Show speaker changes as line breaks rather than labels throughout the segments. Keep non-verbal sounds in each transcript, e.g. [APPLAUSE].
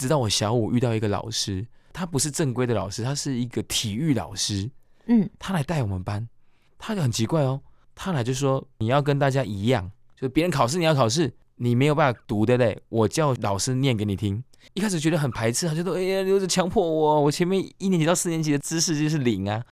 直到我小五遇到一个老师，他不是正规的老师，他是一个体育老师，
嗯，
他来带我们班，他很奇怪哦，他来就说你要跟大家一样，就别人考试你要考试，你没有办法读的嘞，我叫老师念给你听。一开始觉得很排斥，他就说哎呀，留着强迫我，我前面一年级到四年级的知识就是零啊。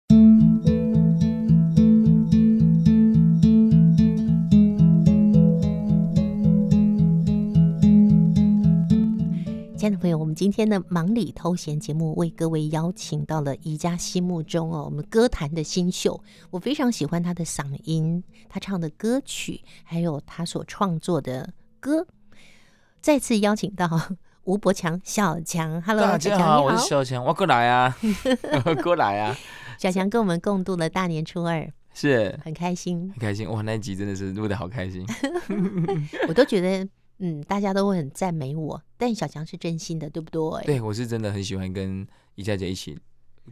亲爱的朋友，我们今天的忙里偷闲节目为各位邀请到了宜家心目中哦，我们歌坛的新秀，我非常喜欢他的嗓音，他唱的歌曲，还有他所创作的歌。再次邀请到吴伯强、小强，Hello，
大
小
家
强
好，我
嗯你
是
好，
小强，我过来啊，过来啊，
小强跟我们共度了大年初二，
是
很开心，
很开心哇，那一集真的是录的好开心，
我都觉得嗯，大家都会很赞美我，但小强是真心的，对不对？
对我是真的很喜欢跟宜家姐一起，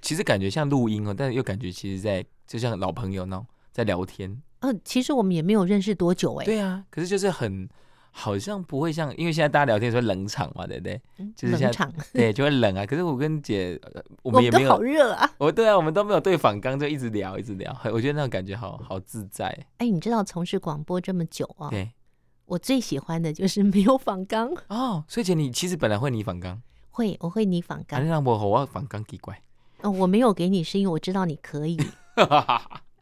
其实感觉像录音哦，但是又感觉其实在就像老朋友那种在聊天，
嗯、其实我们也没有认识多久哎、
对啊，可是就是很好像不会像，因为现在大家聊天的时候冷场嘛，对不对？ [LAUGHS]
嗯
就是
冷
像
场，
对，就会冷啊。可是我跟姐，呃我
我
们也没
好
有，
热啊！
我对啊，我们都没有对反刚，就一直聊一直聊，很我觉得那种感觉好好自在，
哎，你知道从事广播这么久啊，
对
我最喜欢的就是没有仿纲，
哦。所以姐，你其实本来会你反刚。
会我会你仿
反
纲、
正让我和我反刚奇怪，
哦，我没有给你是因为我知道你
[LAUGHS]
可以，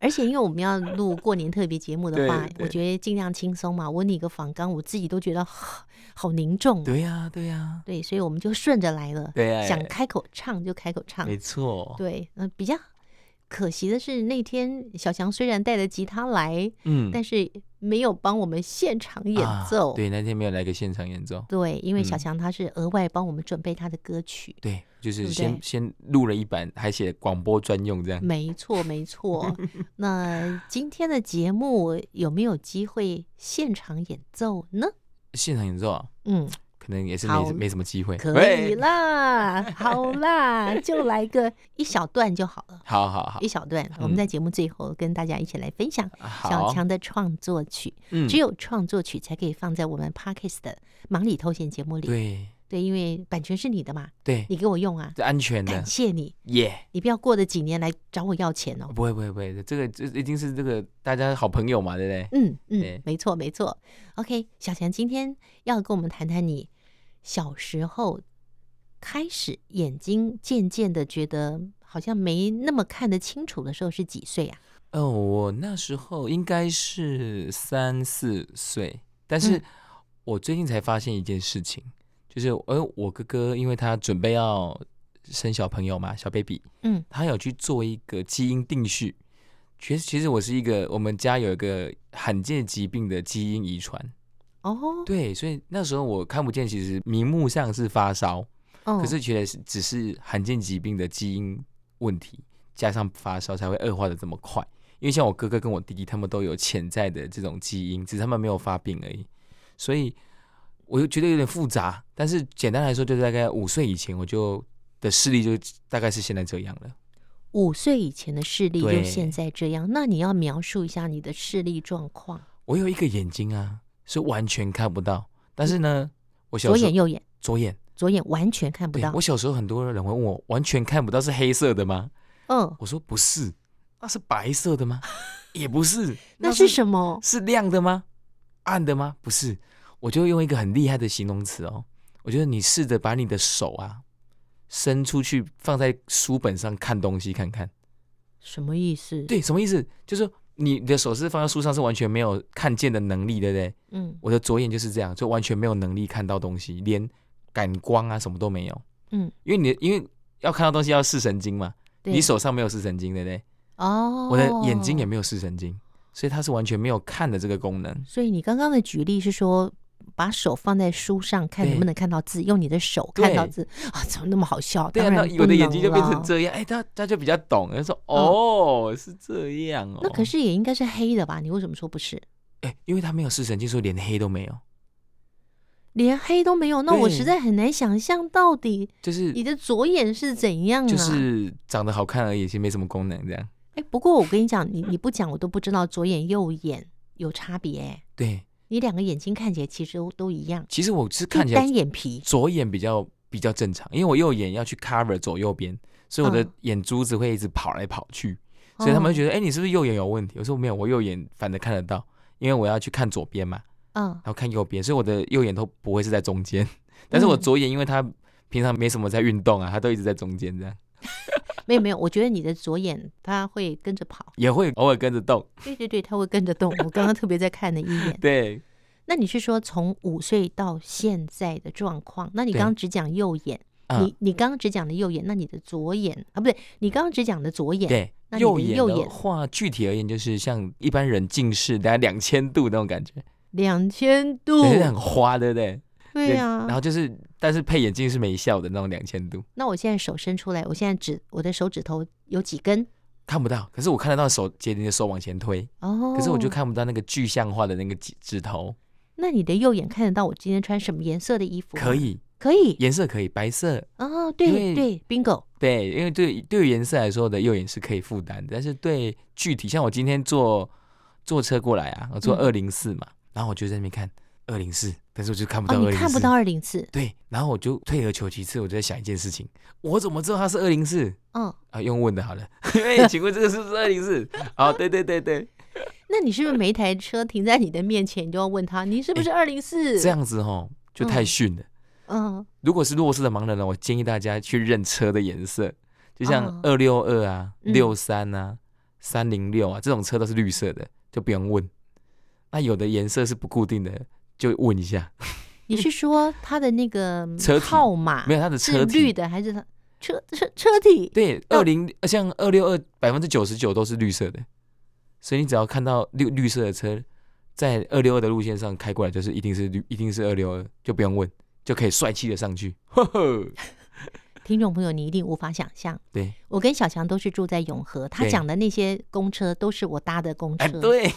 而且因为我们要录过年特别节目的话
对，对
我觉得尽量轻松嘛。我拟个仿纲，我自己都觉得好好凝重、啊
对呀、对呀、
对，所以我们就顺着来了，
对呀、
嗯
啊
想开口唱就开口唱，
没错，
对，嗯、比较。可惜的是，那天小强虽然带了吉他来，
嗯
但是没有帮我们现场演
啊
奏。
对，那天没有来个现场演奏，
对，因为小
嗯
强他是额外帮我们准备他的歌曲，
对，就
对
是
不
先
对
先录了一版，还写广播专用这样。
没错
[LAUGHS]
没错。那今天的节目有没有机会现场演奏呢？
现场演奏啊，
嗯，
可能也是
好
没没什么机会。
可以
哎喂，
啦，好啦，就来个一小段就好了，
好好好
一，小段，我们
嗯
在节目最后跟大家一起来分享小
好，
强的创作曲。
嗯
只有创作曲才可以放在我们 Parkes 的忙里偷闲节目里。
对
对，因为版权是你的嘛，
对，
你给我用啊，
这安全的
感谢你，
耶。
你不要过了几年来找我要钱哦。
不会不会不会，这个这一定是这个大家好朋友嘛，对不对？
嗯嗯
对，
没错没错。OK，小强今天要跟我们谈谈你小时候开始眼睛渐渐的觉得好像没那么看得清楚的时候是几岁啊？
哦，我那时候应该是三四岁，但
嗯
是我最近才发现一件事情，就是，呃，我哥哥因为他准备要生小朋友嘛，小 baby，
嗯，
他有去做一个基因定序。其实，其实我是一个，我们家有一个罕见疾病的基因遗传，
哦，
对，所以那时候我看不见，其实名目上是发烧，
哦
可是觉得是只是罕见疾病的基因问题，加上发烧才会恶化的这么快。因为像我哥哥跟我弟弟，他们都有潜在的这种基因，只是他们没有发病而已。所以我就觉得有点复杂，但是简单来说，就是大概五岁以前，我就的视力就大概是现在这样了。
五岁以前的视力就
对
现在这样，那你要描述一下你的视力状况，
我有一个眼睛啊，是完全看不到，但是呢，我小
左
时候
眼右眼，
左眼，
左眼完全看不
对
到
我。小时候很多人会问我，完全看不到是黑色的吗？
嗯，
我说不是，那是白色的吗？ [LAUGHS] 也不是，
[LAUGHS] 那是什么？
是亮的吗？暗的吗？不是，我就用一个很厉害的形容词哦。我觉得你试着把你的手啊伸出去，放在书本上看东西看看。
什么意思？，
对，什么意思？就是你的手是放在书上，是完全没有看见的能力，对不对？
嗯
我的左眼就是这样，就完全没有能力看到东西，连感光啊什么都没有。
嗯，
因为你因为要看到东西要视神经嘛，
对，
你手上没有视神经，对不对？
哦，
我的眼睛也没有视神经，所以它是完全没有看的这个功能。
所以你刚刚的举例是说，把手放在书上看能不
对
能看到字，用你的手看到
对
字啊，怎么那么好笑？
对啊，
当
那
然
有的眼睛就变成
样。
这样，哎，他他就比较懂，他说哦是这样哦。
嗯那可是也应该是黑的吧？你为什么说不是？
哎，因为他没有视神经，所以连黑都没有，
连黑都没有，那我实
对
在很难想象到底
就是
你的左眼是怎样啊？
就是长得好看而已，其实没什么功能这样。
哎，不过我跟你讲，你你不讲我都不知道左眼右眼有差别、哎
对，
你两个眼睛看起来其实都一样，
其实我是
就
看起来
单眼皮
左眼比较比较正常，因为我右眼要去 cover 左右边，所以我的
嗯哦
眼珠子会一直跑来跑去，所以他们就觉得，哎、你是不是右眼有问题？我说没有，我右眼反正看得到，因为我要去看左边嘛，
嗯
然后看右边，所以我的右眼都不会是在中间，但是
嗯
我左眼因为它平常没什么在运动啊，它都一直在中间这样，
没有没有，我觉得你的左眼它会跟着跑，
也会偶尔跟着动，
对对对，它会跟着动。我刚刚特别在看了一眼。
对，
那你是说从五岁到现在的状况？那你
对
刚刚只讲右眼，
嗯
你你刚刚只讲的右眼，那你的左眼啊，不对，你刚刚只讲的左眼，
对
那，你的
右眼
右
的
眼
话，具体而言就是像一般人近视大概两千度那种感觉，
两千度，啊
对，很花，对不对？
对呀、
然后就是，但是配眼镜是没效的那种两千度，
那我现在手伸出来，我现在指我的手指头有几根？
看不到。可是我看得到手杰林的手往前推，
哦，
可是我就，看不到那个具象化的那个指指头。
那你的右眼看得到我今天穿什么颜色的衣服？
可，以，
可以，
颜色可以，白色。
哦，
因
对
为
对，bingo，
对，因为对对于颜色来说的右眼是可以负担的，但是对具体像我今天坐坐车过来啊，我坐
嗯
二零四嘛，然后我就在那边看二零四，但是我就看不
哦，
到二
你
零
看不
四
到。二零四，
对，然后我就退而求其次，我就在想一件事情：我怎么知道它是二零四
嗯，
啊？用问的好了， [LAUGHS] 哎，请问这个是不是二零四？ [LAUGHS] 好，对对对对，
那你是不是每一台车停在你的面前，你就要问他，你是不是二零四？
[LAUGHS] 这，样子哦，就太
嗯
逊了。
嗯，
如果是弱势的盲人呢，我建议大家去认车的颜色，就像
哦
二六二啊、
嗯
六三啊、三零六啊这种车都是绿色的，就不用问。那有的颜色是不固定的，就问一
[LAUGHS]
下，
你是说他的那个
[LAUGHS] 车体
号码
没有它的车
是绿
体。
的还是他车车车体？
对，
要
二零像二六二百分之九十九都是绿色的，所以你只要看到绿绿色的车在二六二的路线上开过来，就是一定是绿，一定是二六二，就不用问，就可以帅气的上去。呵呵，
听众朋友，你一定无法想象，
对，
我跟小强都是住在永和，他
对
讲的那些公车都是我搭的公车，
哎，对，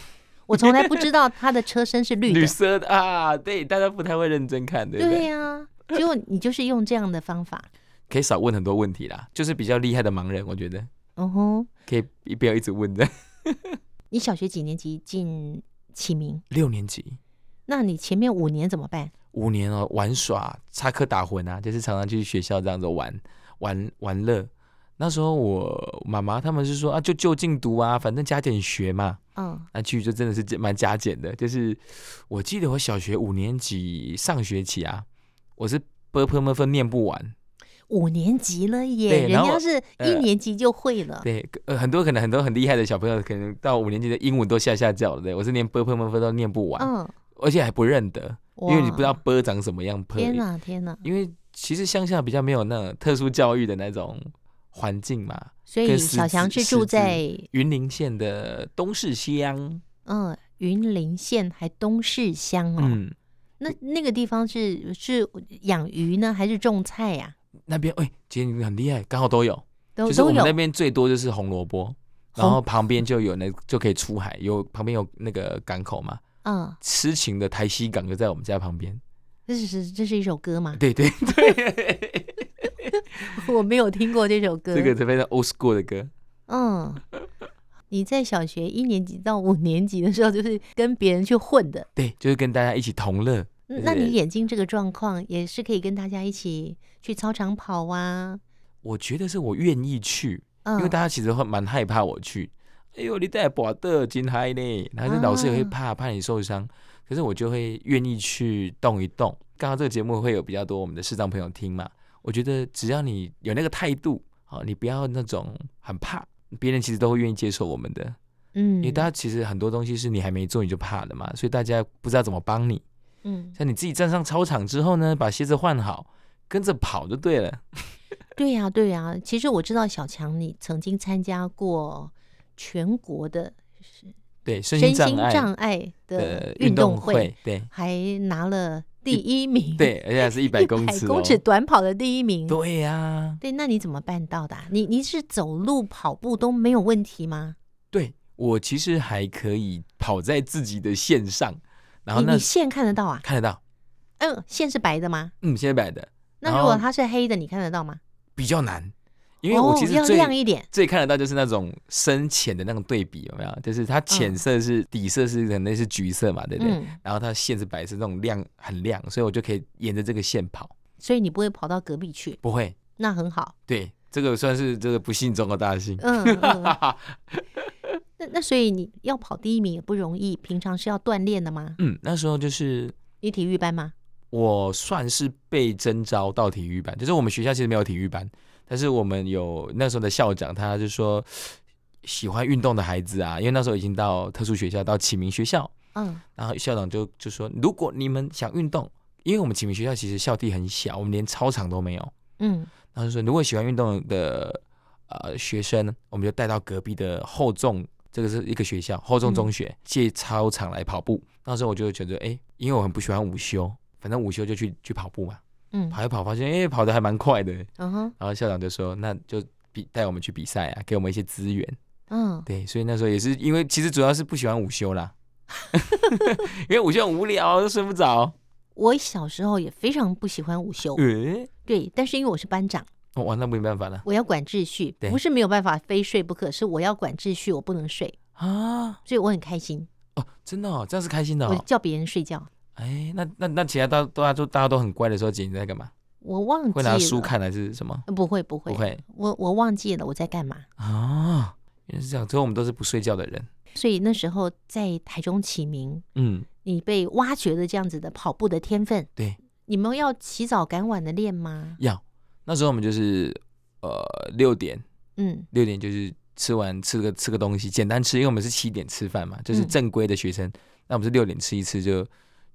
我从来不知道他的车身是绿
绿
的。
色的啊，对，大家不太会认真看，对不对？
对呀、结果你就是用这样的方法，
可以少问很多问题啦，就是比较厉害的盲人，我觉得
嗯哼。
可以不要一直问的。
你小学几年级进启明？
六年级。
那你前面五年怎么办？
五年哦，玩耍、插科打诨啊，就是常常去学校这样子玩玩玩乐。那时候我妈妈他们是说啊，就就近读啊，反正加减学嘛。
嗯，
那去就真的是加蛮加减的，就是我记得我小学五年级上学期啊，我是 b p m 分念不完，
五年级了耶，
对
人
然后
家是一
呃
年级就会了。
对，呃，很多可能很多很厉害的小朋友，可能到五年级的英文都下下叫了，对我是连 b p m 分都念不完，
嗯，
而且还不认得，因
哇
为你不知道 b 长什么样 p
天哪，天哪！
因为其实乡下比较没有那种特殊教育的那种环境嘛。
所以
跟识
小强
字
是
识
住
字
在
云林县的东势乡，
嗯云林县还东势乡哦。
嗯，
那那个地方是是养鱼呢，还是种菜呀、
那边哎，姐你很厉害，刚好都有，
都
就是
都
我们
有
那边最多就是红萝卜，然后旁边就有那就可以出海，有旁边有那个港口嘛，
嗯，
痴情的台西港就在我们家旁边。
这是这是一首歌吗？ [LAUGHS]
对对对，
我没有听过这首歌。
这个是非常 old school 的歌。
嗯，你在小学一年级到五年级的时候，就是跟别人去混的。
对，就是跟大家一起同乐，
嗯那你
对
眼睛这个状况也是可以跟大家一起去操场跑啊。
我觉得是我愿意去，
嗯，
因为大家其实会蛮害怕我去。哎呦，你带把的真嗨呢！然后老师也会怕，怕你受伤。可是我就会愿意去动一动。刚刚这个节目会有比较多我们的视障朋友听嘛，我觉得只要你有那个态度，好，你不要那种很怕，别人其实都会愿意接受我们的。
嗯，
因为大家其实很多东西是你还没做你就怕的嘛，所以大家不知道怎么帮你。
嗯，
像你自己站上操场之后呢，把鞋子换好，跟着跑就对了。
对呀、对呀、其实我知道小强，你曾经参加过全国的
对，身
身
心
心
障碍
障碍的
的
运
运
动
动
会，
会，
[LAUGHS]
对。
还拿了第一名，
对，而且还是一百
100
公尺、哦，
公尺短跑的第一名。
对呀、
对，那你怎么办到的啊、你你是走路、跑步都没有问题吗？
对我其实还可以跑在自己的线上，然后
你
那
你线看得到啊？
看得到，
嗯，线是白的吗？
嗯，现在摆的
那
然
如果
后
它是黑的，你看得到吗？
比较难，因为我其
哦、
实
要
最、
亮一点。
最看得到就是那种深浅的那种对比，有没有？就是它浅色是、底色是可能是橘色嘛，对不对？
嗯，
然后它线是白色，那种亮很亮，所以我就可以沿着这个线跑。
所以你不会跑到隔壁去，
不会，
那很好。
对，这个算是这个不幸中的大幸。
嗯，嗯那那所以你要跑第一名也不容易，平常是要锻炼的吗？
嗯，那时候就是
你体育班吗？
我算是被征召到体育班，就是我们学校其实没有体育班，但是我们有那时候的校长，他就说喜欢运动的孩子啊，因为那时候已经到特殊学校，到启明学校，
嗯
然后校长就就说，如果你们想运动，因为我们启明学校其实校地很小，我们连操场都没有，
嗯
然后就说如果喜欢运动的呃学生，我们就带到隔壁的厚重，这个是一个学校，厚重中学、借操场来跑步。那时候我就觉得，哎、因为我很不喜欢午休，反正午休就去去跑步嘛，
嗯，
跑一跑发现，哎、跑得还蛮快的。
嗯哼，
然后校长就说，那就比带我们去比赛啊，给我们一些资源。
嗯
对，所以那时候也是因为其实主要是不喜欢午休啦，因为午休很无聊，都睡不着。
我小时候也非常不喜欢午休，
嗯，
对，但是因为我是班长，
哦哇，那没办法了
我要管秩序，
对
不是没有办法非睡不可，是我要管秩序，我不能睡，
啊！
所以我很开心，
哦，真的哦，这样是开心的
我
哦。
叫别人睡觉，
哎，那那那其他大大家都大家都很乖的时候，姐你在干嘛？
我忘记
会拿
了，
书看还是什么？
呃不会不会，
不会
我我忘记了我在干嘛，
啊，原来是这样。所以我们都是不睡觉的人。
所以那时候在台中启明，
嗯，
你被挖掘了这样子的跑步的天分，
对，
你们要起早赶晚的练吗？
要那时候我们就是呃六点
嗯
六点就是吃完吃个吃个东西，简单吃，因为我们是七点吃饭嘛，就是
嗯
正规的学生。那我们是六点吃一吃就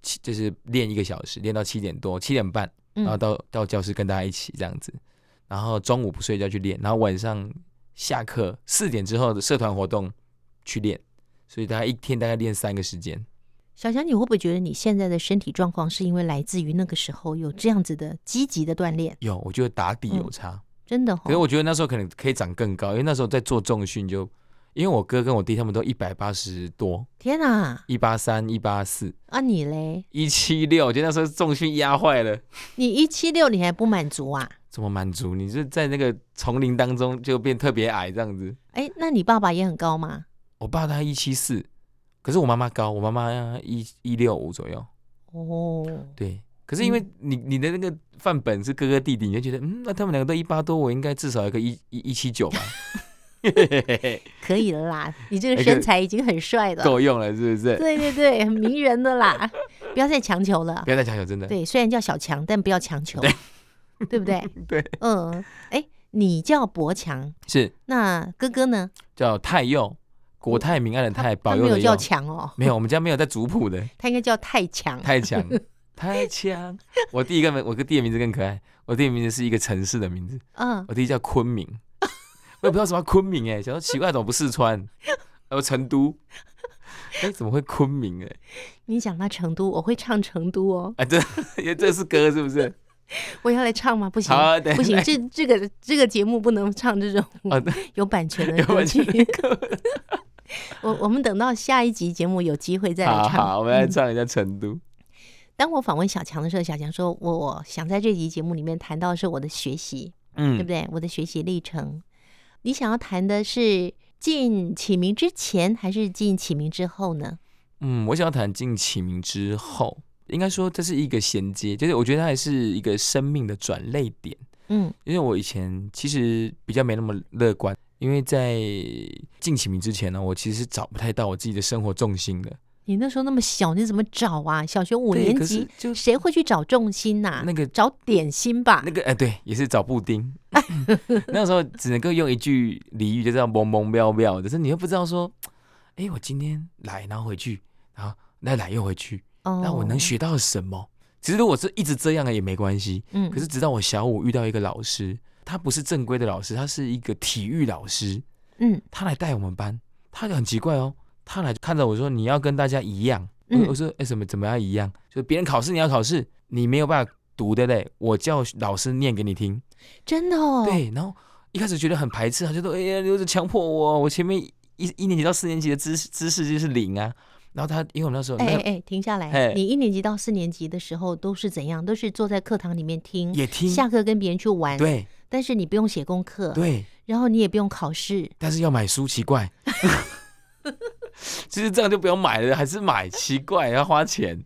七就是练一个小时，练到七点多七点半，然后
嗯
到、到教室跟大家一起这样子。然后中午不睡觉去练，然后晚上下课四点之后的社团活动去练，所以大概一天大概练三个时间。
小强，你会不会觉得你现在的身体状况是因为来自于那个时候有这样子的积极的锻炼？
有，我觉得打底有
嗯
差。
真的
可是
哈，
我觉得那时候可能可以长更高，因为那时候在做重训就，因为我哥跟我弟他们都一百八十多，
天哪！
一八三、一八四、
啊你嘞，
一七六，我觉得那时候重训压坏了，
你一七六你还不满足啊？
怎么满足？你就在那个丛林当中就变特别矮这样子。
哎，那你爸爸也很高吗？
我爸他一七四，可是我妈妈高，我妈妈一一六五左右。
哦，
对，可是因为你你的那个范本是哥哥弟弟，你就觉得嗯，那他们两个都一八多，我应该至少有个一一一七
[LAUGHS]
九吧，
可以了啦，你这个
哎可
身材已经很帅了。
够用了是不是？
啊对对啊对，很迷人的啦，不要再强求了
不。要再强求，真的。
对，虽然叫小强，但不要强求，对不对？
对，
嗯，哎，你叫博强，
是
那哥哥呢？
叫太佑，国泰民安的泰，
他
保
没
佑
有
的
叫
佑。
强哦，
没有，我们家没有在族谱的，
他应该叫太强。
太强，太
[LAUGHS]
强。我第一个名，我弟的名字更可爱，我弟的名字是一个城市的名字，
嗯，
我弟叫昆明， [LAUGHS] 我也不知道什么叫昆明哎、想说奇怪，怎么不四川，还有成都，哎、怎么会昆明哎、
你讲到成都，我会唱成
[LAUGHS]
都哦，
啊，这这是歌是不是？
我要来唱吗？不行
好啊，等
不行，这这个这个节目不能唱这种 [LAUGHS]
啊对
有版权的
[LAUGHS] 有
歌
版
曲
权。
[LAUGHS] 我我们等到下一集节目有机会再来
好
唱。
好，我们来
嗯
唱一下成都。
当我访问小强的时候，小强说：“我我想在这集节目里面谈到的是我的学习，对
嗯
不，对？我的学习历程。你想要谈的是进启明之前，还是进启明之后呢？
嗯，我想要谈进启明之后，应该说这是一个衔接，就是我觉得它也是一个生命的转类点。
嗯
因为我以前其实比较没那么乐观，因为在进启明之前呢，我其实是找不太到我自己的生活重心的。
你那时候那么小，你怎么找啊？小学五
对
年
可是
级，
就
谁会去找重心啊呐、
那个
找点心吧。
那个哎、对，也是找布
[LAUGHS]
丁。 [LAUGHS] 那时候只能够用一句俚语，就这样懵懵妙妙的，是你又不知道说，哎、我今天来，然后回去，然后再来又回去，
哦
那我能？学到什么？其实如果是一直这样也没关系，
嗯，
可是直到我小五遇到一个老师，他不是正规的老师，他是一个体育老师，
嗯
他来带我们班，他就很奇怪哦，他来看着我说你要跟大家一样，我
嗯
我说哎、什么怎么样一样？就别人考试你要考试，你没有办法读对不对？我叫老师念给你听，
真的哦。，
对，然后一开始觉得很排斥，他就说哎呀，你就是强迫我，我前面一一年级到四年级的知识知识就是零啊，然后他因为我们那时候、
哎
那
哎
个
哎，停下来！
嘿
你一年级到四年级的时候都是怎样？都是坐在课堂里面听，
也听，
下课跟别人去玩，
对
但是你不用写功课，
对，
然后你也不用考试，
但是要买书奇怪。 [LAUGHS] 其实这样就不用买了，还是买奇怪要花钱。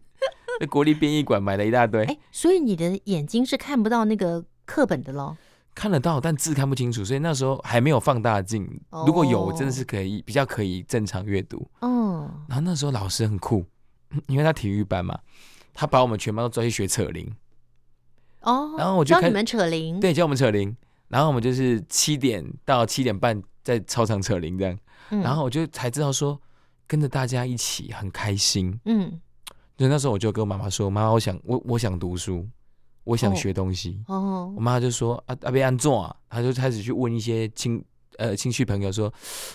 在国立编译馆买了一大堆，
哎，所以你的眼睛是看不到那个课本的咯。
看得到，但字看不清楚，所以那时候还没有放大镜。如果有，我
哦
真的是可以比较可以正常阅读。
嗯，
然后那时候老师很酷，嗯因为他体育班嘛，他把我们全班都抓去学扯铃，
哦，
然后我就
教
开
你们扯铃，，
对，教我们扯铃。然后我们就是七点到七点半在操场扯铃这样。
嗯、
然后我就才知道说，跟着大家一起很开心。
嗯，
所以那时候我就跟我妈妈说：“妈妈，我想我我想读书，我想
哦
学东西。
哦
我，妈就说啊啊被安坐啊，她就开始去问一些亲呃亲戚朋友说，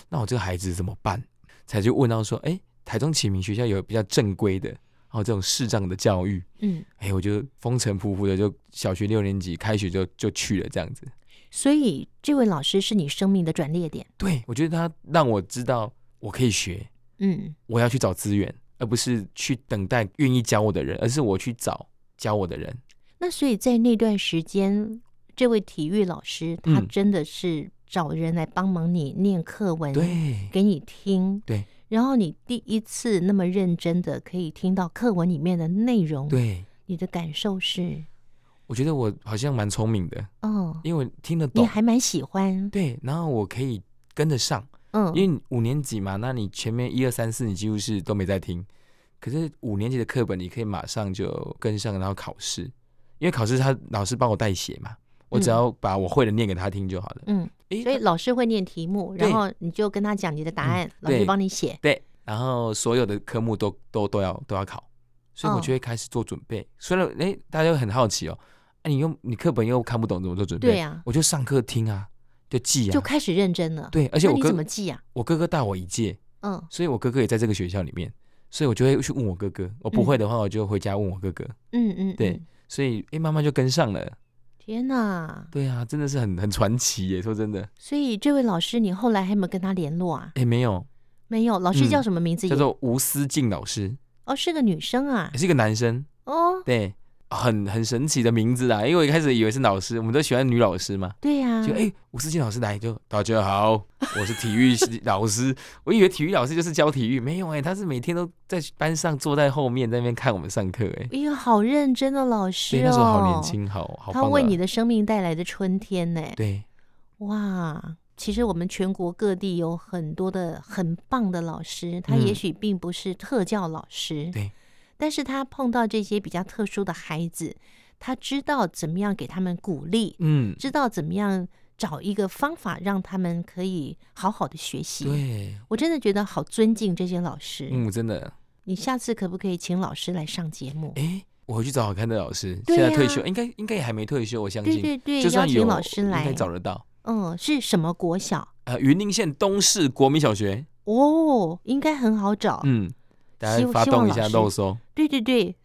那我这个孩子怎么办？才去问到说，哎、台中启明学校有比较正规的，然后这种视障的教育，
嗯，
哎、我就风尘仆仆的就小学六年级开学就就去了这样子。
所以这位老师是你生命的转捩点。
对，我觉得他让我知道我可以学，
嗯，
我要去找资源，而不是去等待愿意教我的人，而是我去找教我的人。
那所以在那段时间，这位体育老师他
嗯
真的是找人来帮忙你念课文，，
对，
给你听，
对。
然后你第一次那么认真的可以听到课文里面的内容，，
对，
你的感受是，
我觉得我好像蛮聪明的，
哦，
因为我听得
你
懂。
还蛮喜欢，
对，然后我可以跟得上，
嗯，
因为你五年级嘛，那你前面一二三四你几乎是都没在听，可是五年级的课本你可以马上就跟上，然后考试，因为考试他老师帮我代写嘛，我只
嗯
要把我会的念给他听就好了。
嗯，
诶
所以
他
老师会念题目，
对嗯
然后你就跟他讲你的答案，老师
对
帮你写。
对，然后所有的科目都都都要都要考，所以我
嗯
就会开始做准备。虽然诶，大家会很好奇哦，啊、你又你课本又看不懂，怎么做准备？
对啊
我就上课听啊，就记啊，
就开始认真了。，
对，而且我
你怎
哥
么记啊？
我哥哥大我一届，
嗯
所以我哥哥也在这个学校里面，所以我就会去问我哥哥。我不会的话，我就回家问我哥哥。
嗯嗯，
对
嗯
所以，哎、慢慢就跟上了。
天哪！
对啊，真的是很很传奇耶！说真的，
所以这位老师，你后来还有没有跟他联络啊？
哎、没有，
没有，老师
嗯
叫什么名字也？
叫做吴思静老师，
哦，是个女生啊
也。是一个男生，
哦，
对，很很神奇的名字啊。因为我一开始以为是老师，我们都喜欢女老师嘛，
对呀、
就哎、诶吴思静老师来就大家好，我是体育老师。我以为体育老师就是教体育，没有哎、他是每天都在班上坐在后面在那边看我们上课哎、
一个好认真的老
所
师
以
哦。
哎那时候好年轻，好好
他
棒、啊。
为你的生命带来的春天呢。
对。
哇，其实我们全国各地有很多的很棒的老师，他也
嗯
许并不是特教老师，
对，
但是他碰到这些比较特殊的孩子，他知道怎么样给他们鼓励，
嗯，
知道怎么样找一个方法让他们可以好好的学习。
对，
我真的觉得好尊敬这些老师。
嗯，真的，
你下次可不可以请老师来上节目？
哎、我回去找好看的老师，
对
现在退
呀
休，应该应该也还没退休，我相
对
信，
对对，
就
邀
算有
请老师
应该
来。
找得到。
嗯，是什么国小？
呃，云林县东市国民小学，
哦，应该很好找。
嗯，大
希
家
望
发
希望
动一
老
下
师
肉搜，
对对对，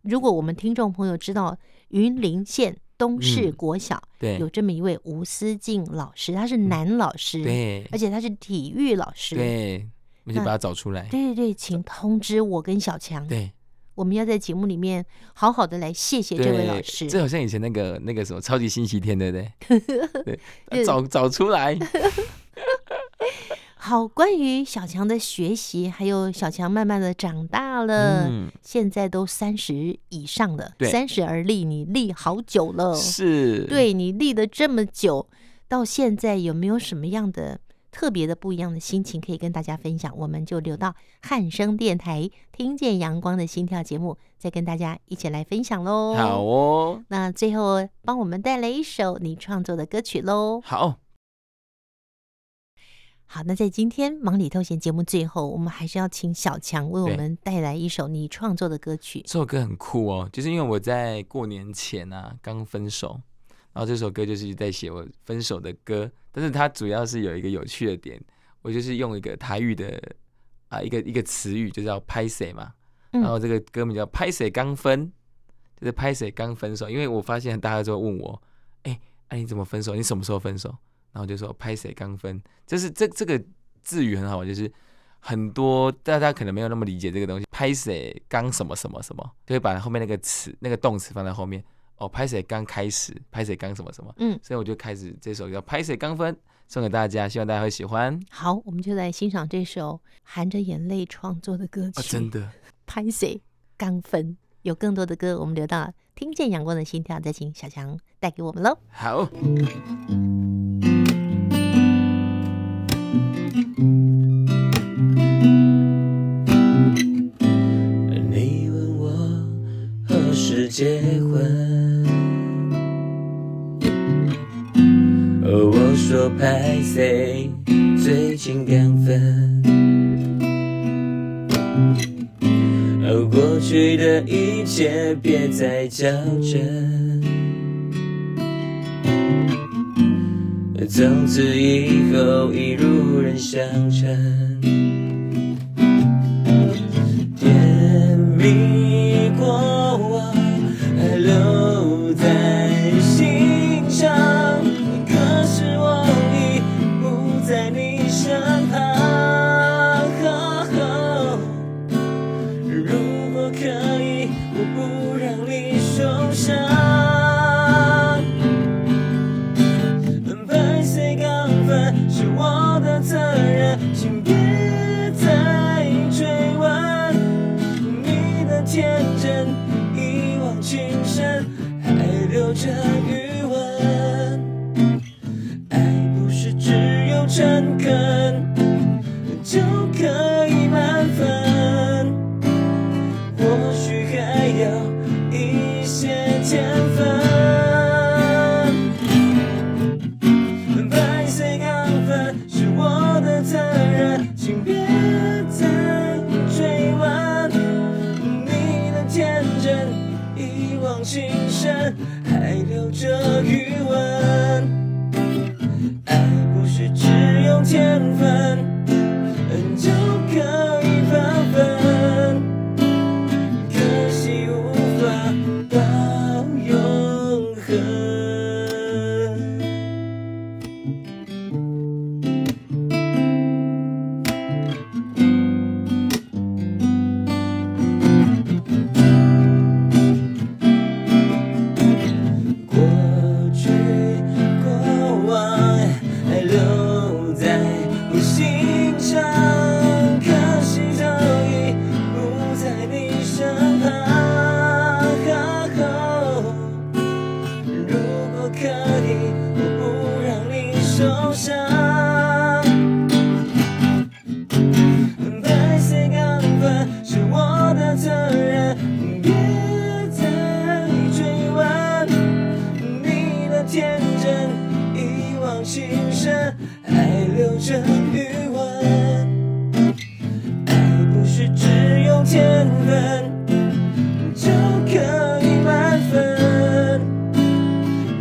如果我们听众朋友知道云林县东市
嗯
国小、
对嗯
有这么一位吴思静老师，他是男老师，，
对
而且他是体育老师，
对，我们
那
就把它找出来，
对对对请通知我跟小强，
对
我们要在节目里面好好的来谢谢这位老
对，
师。
这好像以前那个那个什么超级星期天，对不对？
[LAUGHS]
对，啊
对
找找出来，
好，关于小强的学习，还有小强慢慢的长大了。
嗯，
现在都三十以上了，
对
三十而立，你立好久了，
是，，
哦对你立了这么久，到现在有没有什么样的特别的不一样的心情可以跟大家分享？我们就留到汉声电台听见阳光的心跳节目，再跟大家一起来分享喽。
好，哦，
那最后帮我们带来一首你创作的歌曲喽。
哦好，
好，那在今天忙里偷闲节目最后，我们还是要请小强为我
对
们带来一首你创作的歌曲。
这首歌很酷哦，就是因为我在过年前啊刚分手，然后这首歌就是在写我分手的歌，但是它主要是有一个有趣的点，我就是用一个台语的啊、一个一个词语，就叫拍谁嘛，
嗯
然后这个歌名叫拍谁刚分，就是拍谁刚分手，因为我发现大家都会问我，哎、哎、你怎么分手？你什么时候分手？然后我就说拍谁刚分，就是这这个字语很好玩，就是很多大家可能没有那么理解这个东西，拍谁刚什么什么什么，就会把后面那个词那个动词放在后面。哦，拍谁刚开始，拍谁刚什么什么，
嗯
所以我就开始这首叫《拍谁刚分》送给大家，希望大家会喜欢。
好，我们就来欣哦赏这首含着眼泪创作的歌曲。
啊，真的，
拍谁刚分，有更多的歌，我们留到听见阳光的心跳，再请小强带给我们喽。
[LAUGHS] 好，
你问我何时结婚，而我说拍谁最近刚分。而过去的一切别再较真，从此以后一路人相称。甜蜜过往还留在心上，可是我已不在你身旁。如果可以，我不让你受伤。拍谁刚分是我的责任，请别再追问你的天真，一往情深还留着余温。爱不是只有诚恳就可以满分，或许还有一些天分。白色高分是我的责任，请别再追问你的天真，一往情深还留着余温。爱不是只有天分就可以发奋，可惜无法到永恒。过去过往还留在我心上，可惜早已不在你身旁。如果可以，我不让你受伤。白色高分是我的责任，别再追问你的天真，一往情深还留着余温。爱不是只有天分就可以满分，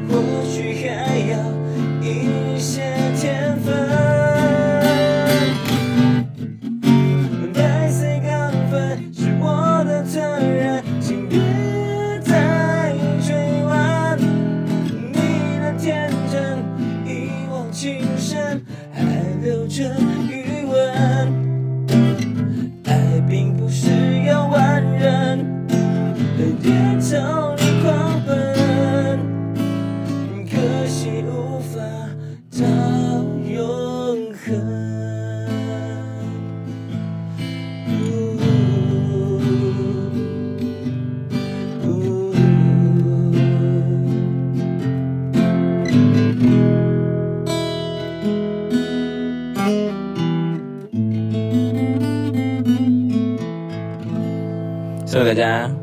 或许还要一些天分。白色高分是我的责任，请别再追问你的天真，一往情深还留着余温。爱并不是要万人跌头你狂奔，可惜无法到永恒。送给大家。